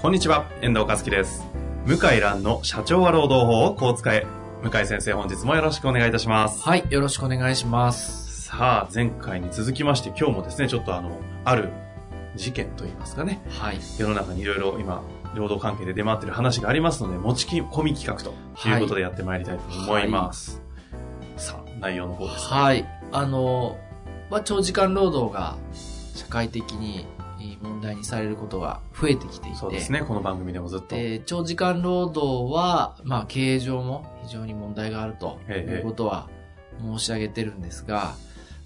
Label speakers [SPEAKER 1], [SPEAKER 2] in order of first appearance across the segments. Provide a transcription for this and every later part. [SPEAKER 1] こんにちは、遠藤和樹です。向井蘭の社長は労働法をこう使え。向井先生、本日もよろしくお願いいたします。
[SPEAKER 2] はい、よろしくお願いします。
[SPEAKER 1] さあ、前回に続きまして、今日もですね、ちょっとあの、ある事件といいますかね、
[SPEAKER 2] はい。
[SPEAKER 1] 世の中にいろいろ今、労働関係で出回ってる話がありますので、持ち込み企画ということでやってまいりたいと思います。さあ、内容の方です。
[SPEAKER 2] はい。あの、まあ、長時間労働が社会的にえー問題にされることが増えてきていて、
[SPEAKER 1] そうですね、この番組でもずっと。
[SPEAKER 2] で長時間労働は、まあ、経営上も非常に問題があると
[SPEAKER 1] ええ
[SPEAKER 2] いうことは申し上げてるんですが、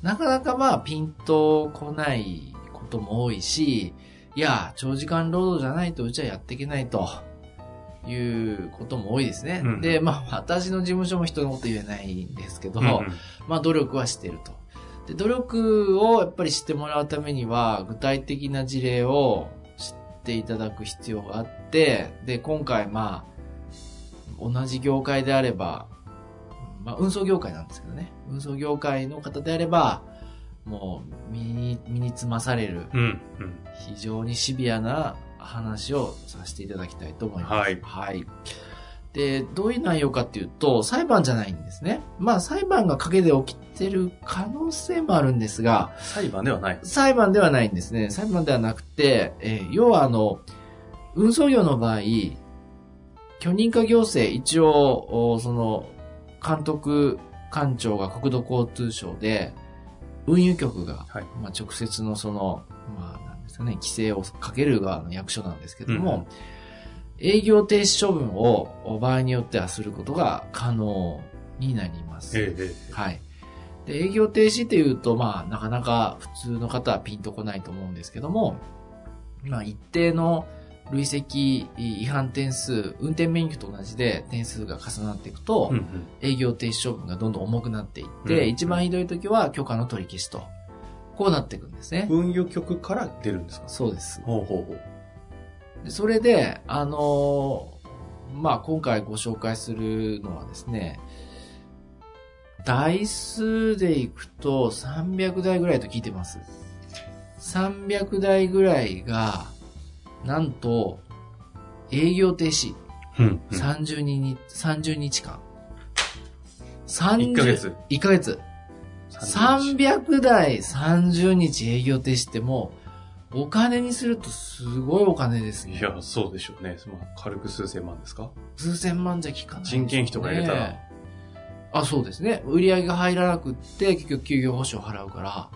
[SPEAKER 2] なかなかまあ、ピンとこないことも多いし、いや、長時間労働じゃないとうちはやっていけないと。いうことも多いですね。
[SPEAKER 1] うん
[SPEAKER 2] で、まあ、私の事務所も人のこと言えないんですけど、
[SPEAKER 1] うんうん
[SPEAKER 2] まあ努力はしてると。で、努力をやっぱりしてもらうためには、具体的な事例を知っていただく必要があって、で、今回まあ、同じ業界であれば、まあ運送業界なんですけどね、運送業界の方であれば、もう身に、身につまされる、
[SPEAKER 1] うん、うん。
[SPEAKER 2] 非常にシビアな話をさせていただきたいと思います。
[SPEAKER 1] はい
[SPEAKER 2] はい。で、どういう内容かっていうと、裁判じゃないんですね。まあ、裁判が陰で起きてる可能性もあるんですが、
[SPEAKER 1] 裁判ではない。
[SPEAKER 2] 裁判ではないんですね。裁判ではなくて、えー要はあの、運送業の場合、許認可行政、一応、おその、監督官庁が国土交通省で、運輸局が
[SPEAKER 1] はい。
[SPEAKER 2] まあ、直接のその、まあ、なんですかね、規制をかける側の役所なんですけども、営業停止処分を場合によってはすることが可能になります。
[SPEAKER 1] えええ
[SPEAKER 2] はい。で、営業停止っていうと、まあ、なかなか普通の方はピンとこないと思うんですけども、まあ、一定の累積違反点数、運転免許と同じで点数が重なっていくと、
[SPEAKER 1] えうんうん
[SPEAKER 2] 営業停止処分がどんどん重くなっていっ
[SPEAKER 1] う
[SPEAKER 2] て、
[SPEAKER 1] ん
[SPEAKER 2] 一番ひどい時は許可の取り消しと、こうなっていくんですね。
[SPEAKER 1] 運輸局から出るんですか
[SPEAKER 2] そうです。
[SPEAKER 1] ほうほうほう。
[SPEAKER 2] でそれで、あのーまあ、今回ご紹介するのはですね、台数でいくと300台ぐらいと聞いてます。300台ぐらいが、なんと、営業停止。
[SPEAKER 1] うんうん
[SPEAKER 2] 30日、30日間。
[SPEAKER 1] 一
[SPEAKER 2] 30
[SPEAKER 1] ヶ月。
[SPEAKER 2] 1ヶ月。300台30日営業停止ってもう、お金にするとすごいお金ですね
[SPEAKER 1] い。や、そうでしょうね。まあ、軽く数千万ですか
[SPEAKER 2] 数千万じゃ効かない、
[SPEAKER 1] 人件費とか入れたら。
[SPEAKER 2] あ、そうですね。売り上げが入らなくって、結局休業保証払うから、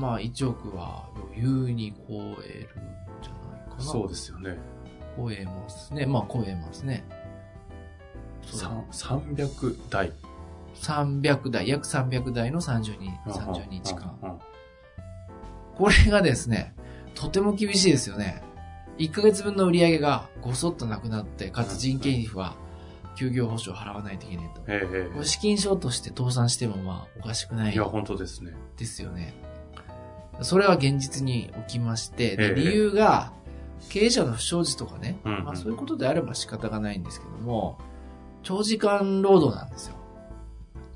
[SPEAKER 2] まあ1億は余裕に超えるんじゃないかな。
[SPEAKER 1] そう
[SPEAKER 2] す。
[SPEAKER 1] ですよね。
[SPEAKER 2] 超えますね。まあ超えますね。そう
[SPEAKER 1] さん300台。
[SPEAKER 2] 300台、約300台の30日、30日間。
[SPEAKER 1] うんうんうん
[SPEAKER 2] これがですね、とても厳しいですよね。1ヶ月分の売り上げがごそっとなくなって、かつ人件費は休業保証を払わないといけないと。
[SPEAKER 1] えええ
[SPEAKER 2] これ資金ショートして倒産してもまあおかしくな
[SPEAKER 1] え
[SPEAKER 2] い
[SPEAKER 1] いや、本当ですね。
[SPEAKER 2] ですよね。それは現実に起きまして、
[SPEAKER 1] ええ
[SPEAKER 2] で理由が経営者の不祥事とかね、
[SPEAKER 1] うんうん
[SPEAKER 2] まあ、そういうことであれば仕方がないんですけども、長時間労働なんですよ。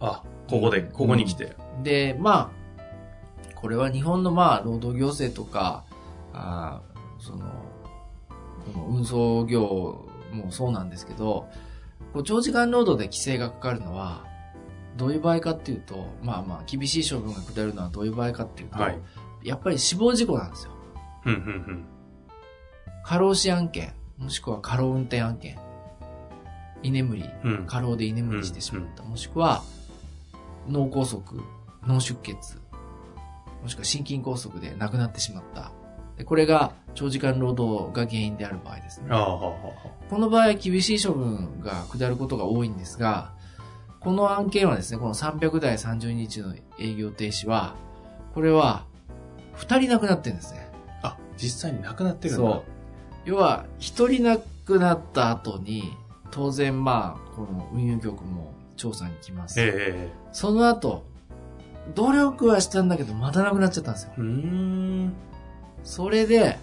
[SPEAKER 1] あ、ここで、ここに来て。
[SPEAKER 2] で、まあ、これは日本のまあ、労働行政とか、あーその、この運送業もそうなんですけど、こう長時間労働で規制がかかるのは、どういう場合かっていうと、まあまあ、厳しい処分が下るのはどういう場合かっていうと、
[SPEAKER 1] はい。
[SPEAKER 2] やっぱり死亡事故なんですよ。
[SPEAKER 1] うん、うん、
[SPEAKER 2] 過労死案件、もしくは過労運転案件、居眠り、
[SPEAKER 1] うん。うん。
[SPEAKER 2] 過労で居眠りしてしまった、もしくは脳梗塞脳出血もしくは心筋梗塞で亡くなってしまったでこれが長時間労働が原因である場合ですね
[SPEAKER 1] ああ、はあは
[SPEAKER 2] この場合は厳しい処分が下ることが多いんですが、この案件はですね、この300台30日の営業停止は、これは2人亡くなってるんですね。
[SPEAKER 1] あ、実際になくなってるんだ。
[SPEAKER 2] そう。要は、1人亡くなった後に、当然まあ、この運輸局も調査に来ます。
[SPEAKER 1] ええ
[SPEAKER 2] その後、努力はしたんだけど、またなくなっちゃったんですよ。
[SPEAKER 1] うーん。
[SPEAKER 2] それで、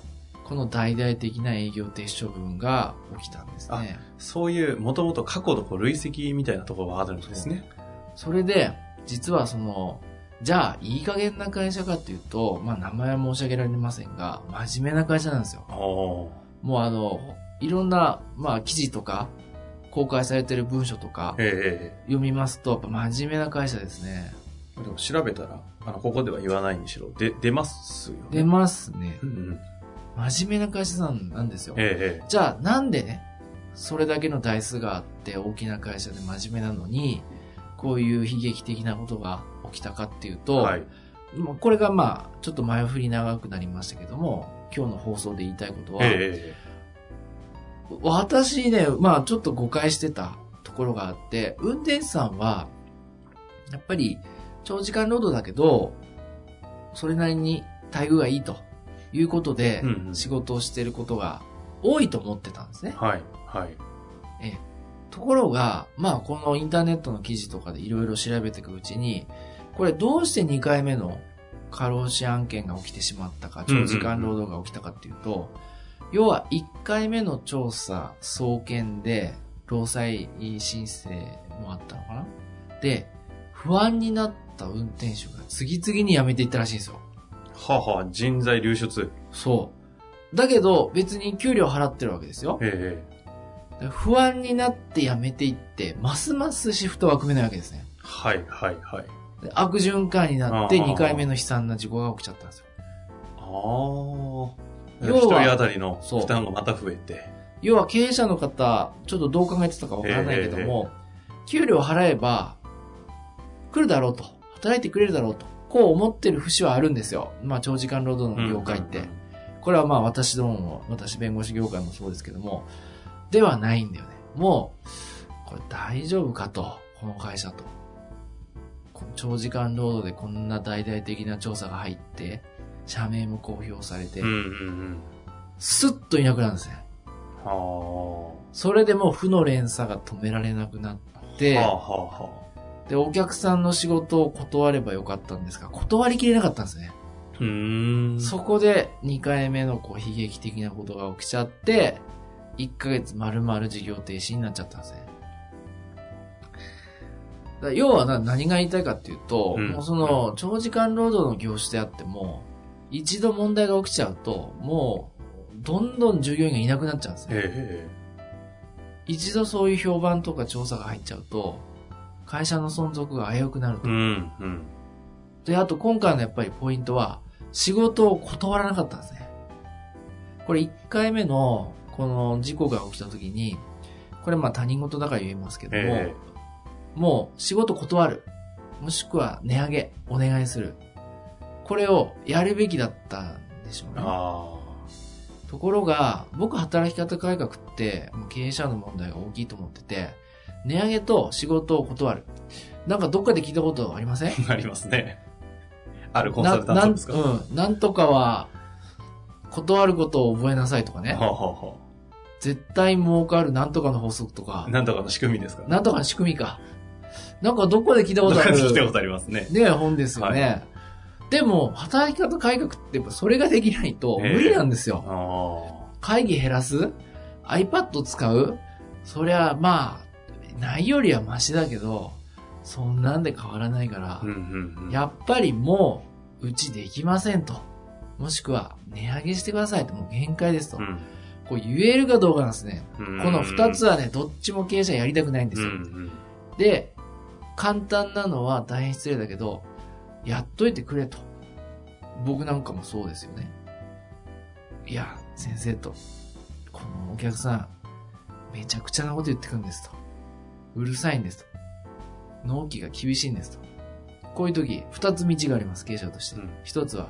[SPEAKER 2] この大々的な営業停止処分が起きたんですね。
[SPEAKER 1] そういう、もともと過去のこう累積みたいなところがあるんですね。
[SPEAKER 2] それで、実はその、じゃあ、いい加減な会社かっていうと、まあ、名前は申し上げられませんが、真面目な会社なんですよ。
[SPEAKER 1] おー
[SPEAKER 2] もうあの、いろんな、まあ、記事とか、公開されてる文書とか、
[SPEAKER 1] ええ
[SPEAKER 2] 読みますと、やっぱ真面目な会社ですね。
[SPEAKER 1] でも調べたら、あの、ここでは言わないにしろ、で、出ますよね。
[SPEAKER 2] 出ますね
[SPEAKER 1] う。んうん。
[SPEAKER 2] 真面目な会社さんなんですよ。
[SPEAKER 1] ええ
[SPEAKER 2] じゃあなんでね、それだけの台数があって大きな会社で真面目なのに、こういう悲劇的なことが起きたかっていうと、
[SPEAKER 1] はい。
[SPEAKER 2] まあこれがまあ、ちょっと前振り長くなりましたけども、今日の放送で言いたいことは、
[SPEAKER 1] え
[SPEAKER 2] 私ね、まあちょっと誤解してたところがあって、運転手さんは、やっぱり長時間労働だけど、それなりに待遇がいいということで
[SPEAKER 1] うんう、ん
[SPEAKER 2] 仕事をしてることが多いと思ってたんですね
[SPEAKER 1] え。はい。はい。
[SPEAKER 2] ところが、まあこのインターネットの記事とかでいろいろ調べていくうちに、これどうして2回目の過労死案件が起きてしまったか、長時間労働が起きたかっていうと、要は1回目の調査、総見で、労災申請もあったのかなで、不安になった運転手が次々に辞めていったらしいんですよ。
[SPEAKER 1] はあはあ、人材流出。
[SPEAKER 2] そう。だけど別に給料払ってるわけですよ。
[SPEAKER 1] ええ
[SPEAKER 2] 不安になって辞めていって、ますますシフトは組めないわけですね。
[SPEAKER 1] はい、はい、はい。
[SPEAKER 2] で悪循環になって
[SPEAKER 1] あー
[SPEAKER 2] 2回目の悲惨な事故が起きちゃったんですよ。
[SPEAKER 1] ああ。
[SPEAKER 2] 要は
[SPEAKER 1] 一人当たりの
[SPEAKER 2] そう
[SPEAKER 1] 負担がまた増えて。
[SPEAKER 2] 要は経営者の方、ちょっとどう考えてたかわからないけども、給料払えば来るだろうと、働いてくれるだろうと、こう思ってる節はあるんですよ。まあ長時間労働の業界って。
[SPEAKER 1] うんうん
[SPEAKER 2] これはまあ私どもも、私弁護士業界もそうですけども、ではないんだよね。もう、これ大丈夫かと、この会社と。この長時間労働でこんな大々的な調査が入って、社名も公表されて、
[SPEAKER 1] うんうんうん。
[SPEAKER 2] スッといなくなるんですね。
[SPEAKER 1] はあ。は
[SPEAKER 2] それでもう負の連鎖が止められなくなって、
[SPEAKER 1] あ、はあ、は
[SPEAKER 2] で、お客さんの仕事を断ればよかったんですが、断りきれなかったんですね。
[SPEAKER 1] あ。うーん。
[SPEAKER 2] そこで2回目のこう悲劇的なことが起きちゃって、1ヶ月丸々事業停止になっちゃったんですね。だから要はな何が言いたいかっていうと、
[SPEAKER 1] うん
[SPEAKER 2] もうその長時間労働の業種であっても、一度問題が起きちゃうと、もうどんどん従業員がいなくなっちゃうんですね。
[SPEAKER 1] え
[SPEAKER 2] 一度そういう評判とか調査が入っちゃうと、会社の存続が危うくなる
[SPEAKER 1] え
[SPEAKER 2] と。
[SPEAKER 1] うん、うん。
[SPEAKER 2] で、あと今回のやっぱりポイントは、仕事を断らなかったんですね。これ1回目の、この事故が起きた時に、これまあ他人事だから言えますけども、
[SPEAKER 1] え
[SPEAKER 2] もう仕事断る。もしくは値上げ、お願いする。これをやるべきだったんでしょう
[SPEAKER 1] え
[SPEAKER 2] ね。
[SPEAKER 1] あ
[SPEAKER 2] ところが、僕働き方改革って、もう経営者の問題が大きいと思ってて、値上げと仕事を断る。なんかどっかで聞いたことあり ません
[SPEAKER 1] あ。ありますね。あるコンサルタントですか
[SPEAKER 2] ななんうん。なんとかは、断ることを覚えなさいとかね
[SPEAKER 1] は。あ、はあ、は
[SPEAKER 2] 絶対儲かるなんとかの法則とか
[SPEAKER 1] あ。、なんとかの仕組みですか
[SPEAKER 2] なんとかの仕組みか。なんかどっかで聞いた
[SPEAKER 1] ど
[SPEAKER 2] こ
[SPEAKER 1] っ
[SPEAKER 2] とあ
[SPEAKER 1] か
[SPEAKER 2] る
[SPEAKER 1] で。聞いたことありますね。
[SPEAKER 2] ね、本ですよね。でも、働き方改革ってやっぱそれができないと無理なんですよ。
[SPEAKER 1] ああ。
[SPEAKER 2] 会議減らす ?iPad 使うそりゃ、まあ、ないよりはマシだけど、そんなんで変わらないから
[SPEAKER 1] うん、うんうん。
[SPEAKER 2] やっぱりもう、うちできませんと。もしくは、値上げしてくださいと、もう限界ですと。
[SPEAKER 1] うん、
[SPEAKER 2] こう言えるかどうかなんですね。
[SPEAKER 1] こ
[SPEAKER 2] この二つはね、どっちも経営者やりたくないんで
[SPEAKER 1] ですす
[SPEAKER 2] よ
[SPEAKER 1] よ。。うん
[SPEAKER 2] で、簡単なのは大変失礼だけど、やっといてくれと。僕なんかもそうですよね。いや、先生と、このお客さん、めちゃくちゃなこと言ってくるんですと。うるさいんですと。納期が厳しいんですと。こういう時、二つ道があります、経営者として
[SPEAKER 1] うん。
[SPEAKER 2] 一、つは、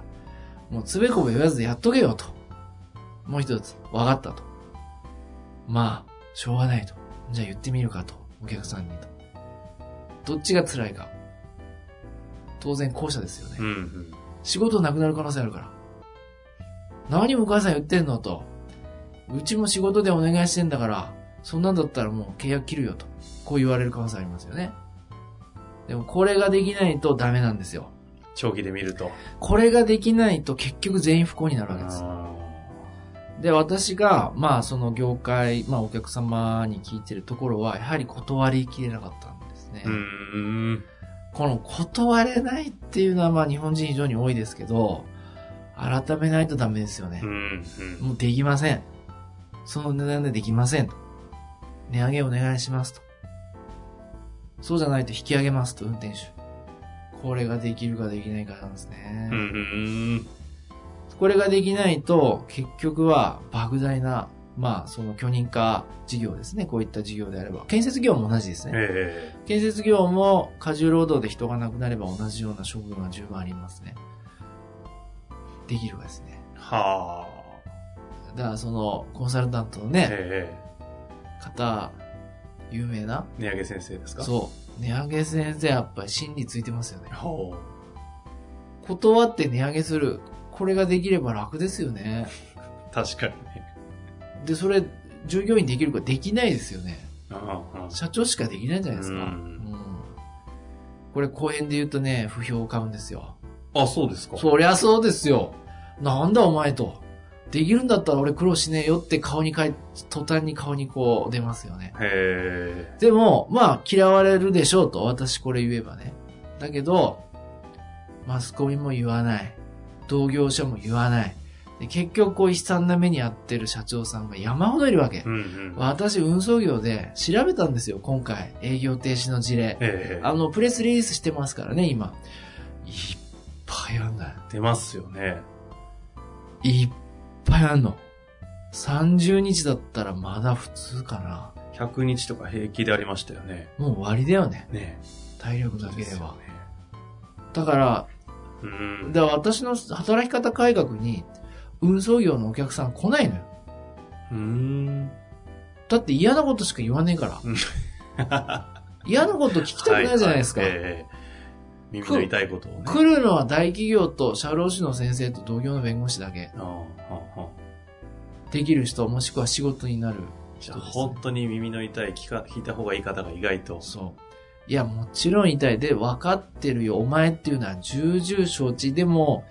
[SPEAKER 2] もうつべこべ言わずやっとけよと。もう一つ、わかったと。まあ、しょうがないと。じゃあ言ってみるかと。お客さんにと。どっちが辛いか。当然後者ですよね。
[SPEAKER 1] うんうん
[SPEAKER 2] 仕事なくなる可能性あるから。何向井さん言ってんのと。うちも仕事でお願いしてんだから、そんなんだったらもう契約切るよと。こう言われる可能性ありますよね。でもこれができないとダメなんですよ。
[SPEAKER 1] 長期で見ると。
[SPEAKER 2] これができないと結局全員不幸になるわけです。で、私が、まあその業界、まあお客様に聞いてるところは、やはり断りきれなかったんですね。
[SPEAKER 1] うーん。
[SPEAKER 2] この断れないっていうのはまあ日本人非常に多いですけど、改めないとダメですよね
[SPEAKER 1] うん。う。ん。
[SPEAKER 2] もうできません。その値段でできませんと。値上げお願いしますと。そうじゃないと引き上げますと、運転手。これができるかできないかなんですね。
[SPEAKER 1] うんうん。
[SPEAKER 2] これができないと、結局は莫大な、まあその許認可事業ですね。こういった事業であれば。建設業も同じですね。
[SPEAKER 1] え
[SPEAKER 2] 建設業も過重労働で人が亡くなれば同じような処分は十分ありますね。できるかですね。
[SPEAKER 1] えはあ。
[SPEAKER 2] だからそのコンサルタントのね、
[SPEAKER 1] え
[SPEAKER 2] 方、有名な、
[SPEAKER 1] え。値上げ先生ですかう。
[SPEAKER 2] そう、値上げ先生やっぱり心理ついてますよね。
[SPEAKER 1] ほ
[SPEAKER 2] 断って値上げする。これができれば楽ですよね。
[SPEAKER 1] う。確かにね。
[SPEAKER 2] で、それ、従業員できるかできないですよね。
[SPEAKER 1] うんうん
[SPEAKER 2] 社長しかできないんじゃないですか。
[SPEAKER 1] うん
[SPEAKER 2] うんこれ公演で言うとね、不評を買うんですよ。
[SPEAKER 1] あ、そうですか。
[SPEAKER 2] そりゃそうですよ。なんだお前と。できるんだったら俺苦労しねえよって顔にかい、途端に顔にこう出ますよね。
[SPEAKER 1] へ
[SPEAKER 2] でも、まあ嫌われるでしょうと、私これ言えばね。だけど、マスコミも言わない。同業者も言わない。で結局こう悲惨な目に遭ってる社長さんが山ほどいるわけ
[SPEAKER 1] え。う。んうん。
[SPEAKER 2] 私運送業で調べたんですよ、今回。営業停止の事例。
[SPEAKER 1] ええ。
[SPEAKER 2] あの、プレスリリースしてますからね、今。いっぱいあんだよ。
[SPEAKER 1] 出ますよね。
[SPEAKER 2] いっぱいあんの。30日だったらまだ普通かな。
[SPEAKER 1] 100日とか平気でありましたよね。
[SPEAKER 2] もう終わりだよね。
[SPEAKER 1] ね
[SPEAKER 2] 体力
[SPEAKER 1] え。
[SPEAKER 2] だけでは。
[SPEAKER 1] ね。
[SPEAKER 2] だから、
[SPEAKER 1] うん。
[SPEAKER 2] だから私の働き方改革に、運送業のお客さん来ないのよ。
[SPEAKER 1] うーん。
[SPEAKER 2] だって嫌なことしか言わねえから
[SPEAKER 1] うん。
[SPEAKER 2] 嫌なこと聞きたくないじゃないですか。
[SPEAKER 1] はええ。耳の痛いことをね。
[SPEAKER 2] 来るのは大企業と社労士の先生と同業の弁護士だけ。
[SPEAKER 1] ああああああ
[SPEAKER 2] できる人、もしくは仕事になる
[SPEAKER 1] じ
[SPEAKER 2] 人
[SPEAKER 1] ゃ
[SPEAKER 2] で
[SPEAKER 1] あ
[SPEAKER 2] すね、
[SPEAKER 1] 本当に耳の痛い聞か、聞いた方がいい方が意外と。
[SPEAKER 2] そう。いや、もちろん痛い。で、分かってるよ。お前っていうのは重々承知。でも、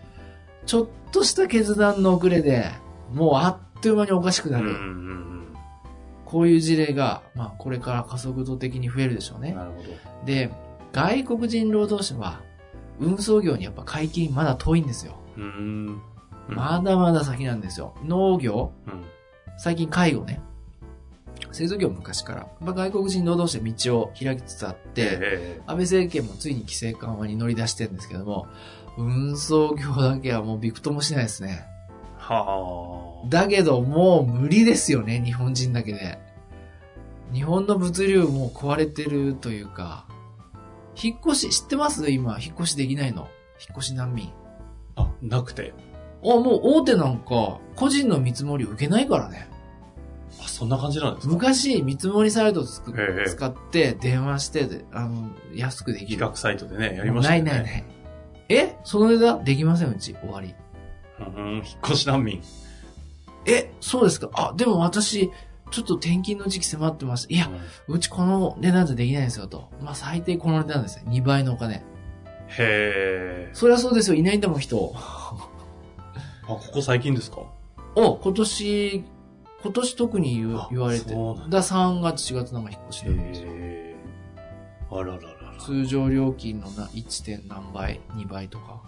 [SPEAKER 2] ちょっとした決断の遅れで、もうあっという間におかしく
[SPEAKER 1] う
[SPEAKER 2] なん
[SPEAKER 1] う
[SPEAKER 2] る。
[SPEAKER 1] ん
[SPEAKER 2] こういう事例が、まあ、これから加速度的に増えるでしょう
[SPEAKER 1] うん。
[SPEAKER 2] ね。
[SPEAKER 1] なるほど。
[SPEAKER 2] で、外国人労働者は、運送業にやっぱ解禁まだ遠いんですよ。
[SPEAKER 1] うーん。うん
[SPEAKER 2] まだまだ先なんですよ。農業、
[SPEAKER 1] うん。
[SPEAKER 2] 最近介護ね。製造業昔から。まあ、外国人労働者道を開きつつあって、
[SPEAKER 1] え
[SPEAKER 2] 安倍政権もついに規制緩和に乗り出してるんですけども、運送業だけはもうびくともしないですね。
[SPEAKER 1] え。は
[SPEAKER 2] だけどもう無理ですよね、日本人だけで。日本の物流もう壊れてるというか、引っ越し、知ってます今、引っ越しできないの。引っ越し難民。
[SPEAKER 1] あ。あ、なくて。
[SPEAKER 2] あ、もう大手なんか、個人の見積もり受けないからね。
[SPEAKER 1] あ、そんな感じなんですか
[SPEAKER 2] 昔、見積もりサイトつく
[SPEAKER 1] ええ
[SPEAKER 2] 使って、電話して、であの、安くでき
[SPEAKER 1] 企
[SPEAKER 2] る。
[SPEAKER 1] 画サイトでね、やりましたよね。
[SPEAKER 2] ないないない。えその値段できません、うち。終わり。
[SPEAKER 1] うん、引っ越し難民。
[SPEAKER 2] え、そうですかあ、でも私、ちょっと転勤の時期迫ってました。いや、うちこの値段じゃできないですよと。まあ最低この値段ですね。2倍のお金。
[SPEAKER 1] へえ。
[SPEAKER 2] そりゃそうですよ。いないんだもん、人。
[SPEAKER 1] あ、ここ最近ですか
[SPEAKER 2] お、今年、今年特に言う
[SPEAKER 1] あ
[SPEAKER 2] 言われてる。
[SPEAKER 1] そうなんだ
[SPEAKER 2] だから3月、4月なんか引っ越し
[SPEAKER 1] へ
[SPEAKER 2] で。
[SPEAKER 1] え。あらららら。
[SPEAKER 2] 通常料金のな 1. 点何倍、2倍とか。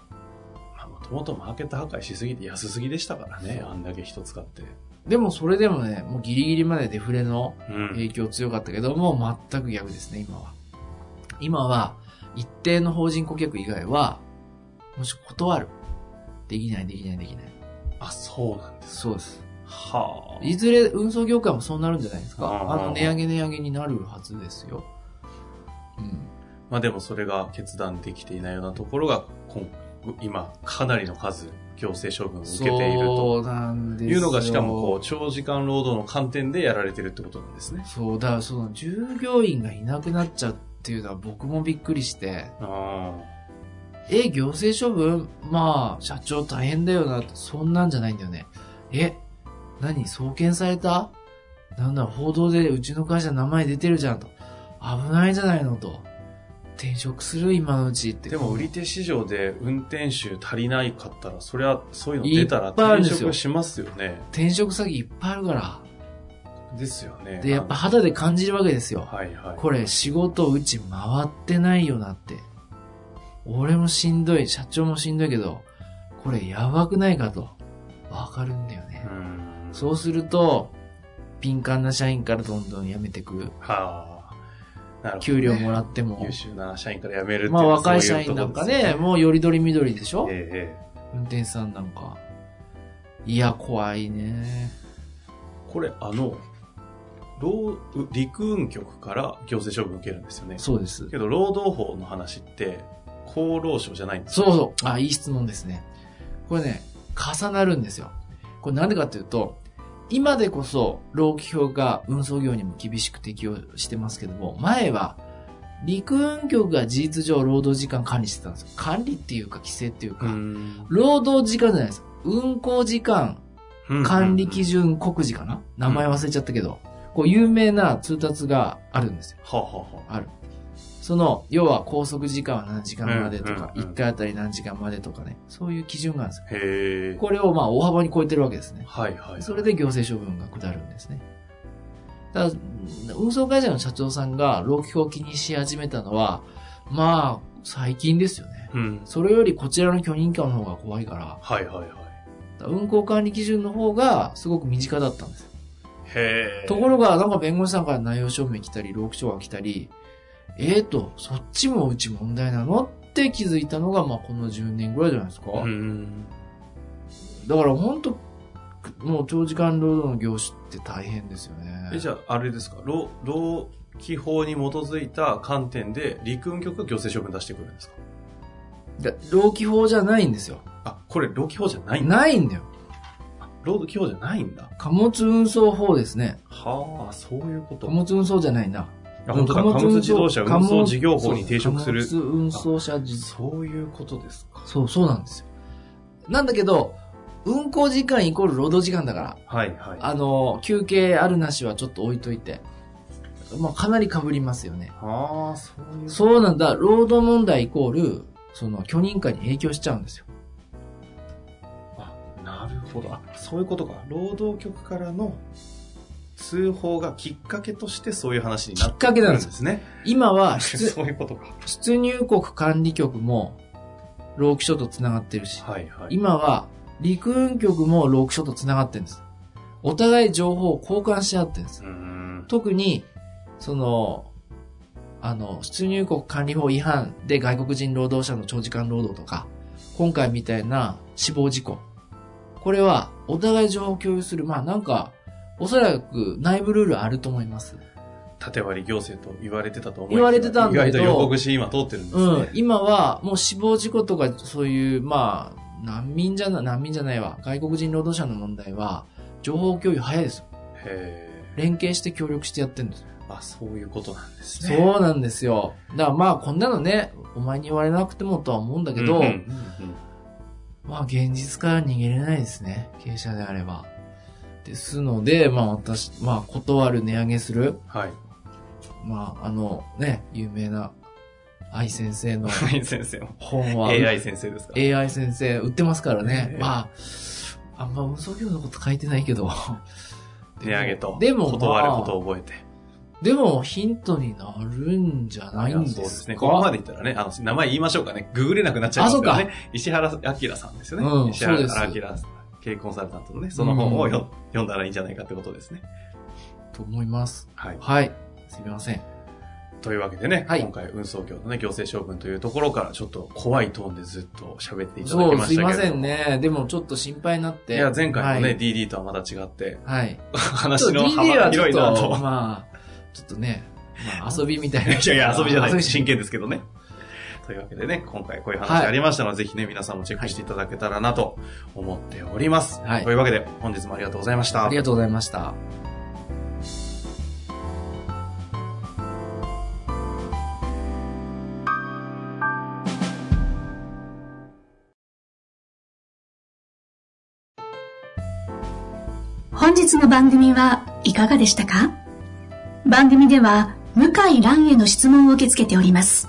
[SPEAKER 1] まあ、もともとマーケット破壊しすぎて安すぎでしたからね、あんだけ人使って。
[SPEAKER 2] でもそれでもね、もうギリギリまでデフレの
[SPEAKER 1] うん。
[SPEAKER 2] 影響強かったけども、全く逆ですね、今は。今は、一定の法人顧客以外は、もし断る。できない、できない、できない。
[SPEAKER 1] あ、そうなんです。
[SPEAKER 2] そうです。
[SPEAKER 1] はあ。
[SPEAKER 2] いずれ運送業界もそうなるんじゃないですか。
[SPEAKER 1] あ
[SPEAKER 2] あ
[SPEAKER 1] ー
[SPEAKER 2] の、値上げ値上げになるはずですよ。うん。
[SPEAKER 1] まあでもそれが決断できていないようなところが、今今、かなりの数、行政処分を受けていると。
[SPEAKER 2] そうなんです
[SPEAKER 1] い
[SPEAKER 2] よ。
[SPEAKER 1] うのが、しかもこう、長時間労働の観点でやられてるってことなんですね。
[SPEAKER 2] そう、だからその従業員がいなくなっちゃうっていうのは僕もびっくりして、
[SPEAKER 1] あ
[SPEAKER 2] え、行政処分まあ、社長大変だよなって、そんなんじゃないんだよね。え、何送検されたなんだ、報道でうちの会社名前出てるじゃんと。危ないんじゃないのと。転職する今のうちって。
[SPEAKER 1] でも売り手市場で運転手足りないかったら、そりゃそういうの
[SPEAKER 2] い
[SPEAKER 1] 出
[SPEAKER 2] っぱ
[SPEAKER 1] た
[SPEAKER 2] い
[SPEAKER 1] ら
[SPEAKER 2] あるん
[SPEAKER 1] 転
[SPEAKER 2] ですよ
[SPEAKER 1] 職しますよね。
[SPEAKER 2] 転職詐欺いっぱいあるから。
[SPEAKER 1] ですよね。
[SPEAKER 2] で、やっぱ肌で感じるわけです
[SPEAKER 1] あ
[SPEAKER 2] よ
[SPEAKER 1] の。はいはい。
[SPEAKER 2] これ仕事うち回ってないよなって。俺もしんどい、社長もしんどいけど、これやばくないかと。わかるんだよね
[SPEAKER 1] う。ん。
[SPEAKER 2] そうすると、敏感な社員からどんどん辞めてく。
[SPEAKER 1] はあ。なるほどね、
[SPEAKER 2] 給料もらっても
[SPEAKER 1] 優。秀な社員から辞めるっていう
[SPEAKER 2] まあ
[SPEAKER 1] のは
[SPEAKER 2] 若い
[SPEAKER 1] そう
[SPEAKER 2] 社
[SPEAKER 1] う
[SPEAKER 2] 員
[SPEAKER 1] とこ
[SPEAKER 2] なんか
[SPEAKER 1] です
[SPEAKER 2] ね
[SPEAKER 1] よ、
[SPEAKER 2] もうよりどりみどりでしょ
[SPEAKER 1] ええええ
[SPEAKER 2] 運転手さんなんか。いや、怖いね。
[SPEAKER 1] これ、あの、労う陸運局から行政処分受けるんですよね。
[SPEAKER 2] そうです。
[SPEAKER 1] けど、労働法の話って、厚労省じゃないんです
[SPEAKER 2] そうそう。あ、いい質問ですね。これね、重なるんですよ。これなんでかっていうと、今でこそ労基法が運送業にも厳しく適用してますけども、前は陸運局が事実上労働時間管理してたんですよ。管理っていうか規制っていうか、
[SPEAKER 1] うん
[SPEAKER 2] 労働時間じゃないです。運行時間
[SPEAKER 1] うん
[SPEAKER 2] 管理基準告示かな、名前忘れちゃったけど、こう有名な通達があるんですよ。
[SPEAKER 1] はあ、はあはあ、
[SPEAKER 2] その、要は拘束時間は何時間までとか、
[SPEAKER 1] うんうん
[SPEAKER 2] 一
[SPEAKER 1] うん
[SPEAKER 2] 1回あたり何時間までとかね、そういう基準があるんですよ。
[SPEAKER 1] へえ。
[SPEAKER 2] これをまあ大幅に超えてるわけですね。
[SPEAKER 1] はいはい。
[SPEAKER 2] それで行政処分が下るんですね。だから運送会社の社長さんが労基法を気にし始めたのは、まあ、最近ですよね。
[SPEAKER 1] うん。
[SPEAKER 2] それよりこちらの許認可の方が怖いから、
[SPEAKER 1] はいはいはい。
[SPEAKER 2] だから運行管理基準の方がすごく身近だったんですよ。
[SPEAKER 1] へえ。
[SPEAKER 2] ところが、なんか弁護士さんから内容証明来たり、労基署が来たり、えーと、そっちもうち問題なのって気づいたのが、まあこの10年ぐらいじゃないですか。
[SPEAKER 1] うん。
[SPEAKER 2] だから本当もう長時間労働の業種って大変ですよね。
[SPEAKER 1] え、じゃあ、あれですか、労、労基法に基づいた観点で、陸運局が行政処分出してくるんですか
[SPEAKER 2] だ労基法じゃないんですよ。
[SPEAKER 1] あ、これ、労基法じゃないんだ。
[SPEAKER 2] ないんだよ。
[SPEAKER 1] 労基法じゃないんだ。
[SPEAKER 2] 貨物運送法ですね。
[SPEAKER 1] はあ、そういうこと。
[SPEAKER 2] 貨物運送じゃないな。
[SPEAKER 1] あ本当だ貨物自動車運送事業法に抵触する。
[SPEAKER 2] 貨物運送車自
[SPEAKER 1] そういうことですか。
[SPEAKER 2] そう、そうなんですよ。なんだけど、運行時間イコール労働時間だから、
[SPEAKER 1] はいはい。
[SPEAKER 2] あの、休憩あるなしはちょっと置いといて、まあ、かなり被りますよね。
[SPEAKER 1] ああ、そういう。
[SPEAKER 2] そうなんだ、労働問題イコール、その、許認可に影響しちゃうんですよ。
[SPEAKER 1] あ、なるほど。あ、そういうことか。労働局からの通報がきっかけとしてそういう話にな
[SPEAKER 2] き
[SPEAKER 1] っ
[SPEAKER 2] っか
[SPEAKER 1] て
[SPEAKER 2] けなん
[SPEAKER 1] るん
[SPEAKER 2] で
[SPEAKER 1] です
[SPEAKER 2] よ。
[SPEAKER 1] すね。
[SPEAKER 2] 今は 出、
[SPEAKER 1] そういうことか。
[SPEAKER 2] 出入国管理局も、労基署と繋がってるし、
[SPEAKER 1] はいはい。
[SPEAKER 2] 今は、陸運局も労基署と繋がってるんです。お互い情報を交換し合ってるんです
[SPEAKER 1] う。ーん。
[SPEAKER 2] 特に、その、あの、出入国管理法違反で外国人労働者の長時間労働とか、今回みたいな死亡事故。これは、お互い情報を共有する。まあなんか、おそらく内部ルールあると思います。
[SPEAKER 1] 縦割り行政と言われてたと思いきや
[SPEAKER 2] 言われてたんだけど
[SPEAKER 1] 意外と予告し今通ってるんです
[SPEAKER 2] う
[SPEAKER 1] ね。
[SPEAKER 2] ん。今は、もう死亡事故とか、そういう、まあ、難民じゃな、難民じゃないわ。外国人労働者の問題は、情報共有早いですよ。
[SPEAKER 1] へえ。
[SPEAKER 2] 連携して協力してやってるんですよ
[SPEAKER 1] あ、そういうことなんですね。
[SPEAKER 2] そうなんですよ。だからまあこんなのね、お前に言われなくてもとは思うんだけど、
[SPEAKER 1] うんうんうん
[SPEAKER 2] まあ現実から逃げれないですね。経営者であれば。ですので、まあ私、まあ断る値上げする、
[SPEAKER 1] はい。
[SPEAKER 2] まああのね、有名な愛先生 の
[SPEAKER 1] はい、先生も。
[SPEAKER 2] 本は、
[SPEAKER 1] AI 先生ですか
[SPEAKER 2] AI 先生売ってますからね。
[SPEAKER 1] ええ
[SPEAKER 2] まあ、あんま運送業のこと書いてないけど。
[SPEAKER 1] 手上げと。
[SPEAKER 2] でも
[SPEAKER 1] 断る
[SPEAKER 2] まあ
[SPEAKER 1] ことを覚えて。
[SPEAKER 2] でもヒントになるんじゃないんですか
[SPEAKER 1] そうですね。ここまで言ったらね、あの、名前言いましょうかね。ググれなくなっちゃいますからね。石原明さんですよね。
[SPEAKER 2] うん
[SPEAKER 1] 石
[SPEAKER 2] そうです
[SPEAKER 1] 原明経営コンサルタントのね、その本をよ、読んだらいいんじゃないかってことですね。
[SPEAKER 2] と思います。
[SPEAKER 1] はい。
[SPEAKER 2] はい。すみません。
[SPEAKER 1] というわけでね、
[SPEAKER 2] はい
[SPEAKER 1] 今回運送業のね、行政処分というところから、ちょっと怖いトーンでずっと喋っていただ
[SPEAKER 2] そ
[SPEAKER 1] き
[SPEAKER 2] う、
[SPEAKER 1] ますし
[SPEAKER 2] い
[SPEAKER 1] た
[SPEAKER 2] ま
[SPEAKER 1] けれ
[SPEAKER 2] せ
[SPEAKER 1] ども。
[SPEAKER 2] んね。でもちょっと心配になって。
[SPEAKER 1] いや、前回のね、
[SPEAKER 2] はい。
[SPEAKER 1] DD とはまた違って、
[SPEAKER 2] はい、
[SPEAKER 1] 話の
[SPEAKER 2] ちょっと DD
[SPEAKER 1] 幅が広いな
[SPEAKER 2] はちょっ
[SPEAKER 1] と。
[SPEAKER 2] まあ、ちょっとね、まあ、遊びみたいな。
[SPEAKER 1] いやいや、遊びじゃない。
[SPEAKER 2] 遊
[SPEAKER 1] 真
[SPEAKER 2] び
[SPEAKER 1] 剣ですけどね。というわけでね、今回こういう話ありましたので、ぜひね、皆さんもチェックしていただけたらなと思っております。
[SPEAKER 2] はい
[SPEAKER 1] というわけで、本日もありがとうございました
[SPEAKER 2] あり。がとうございました。
[SPEAKER 3] 本日の番組はいかがでしたか番組では向井蘭への質問を受け付けております。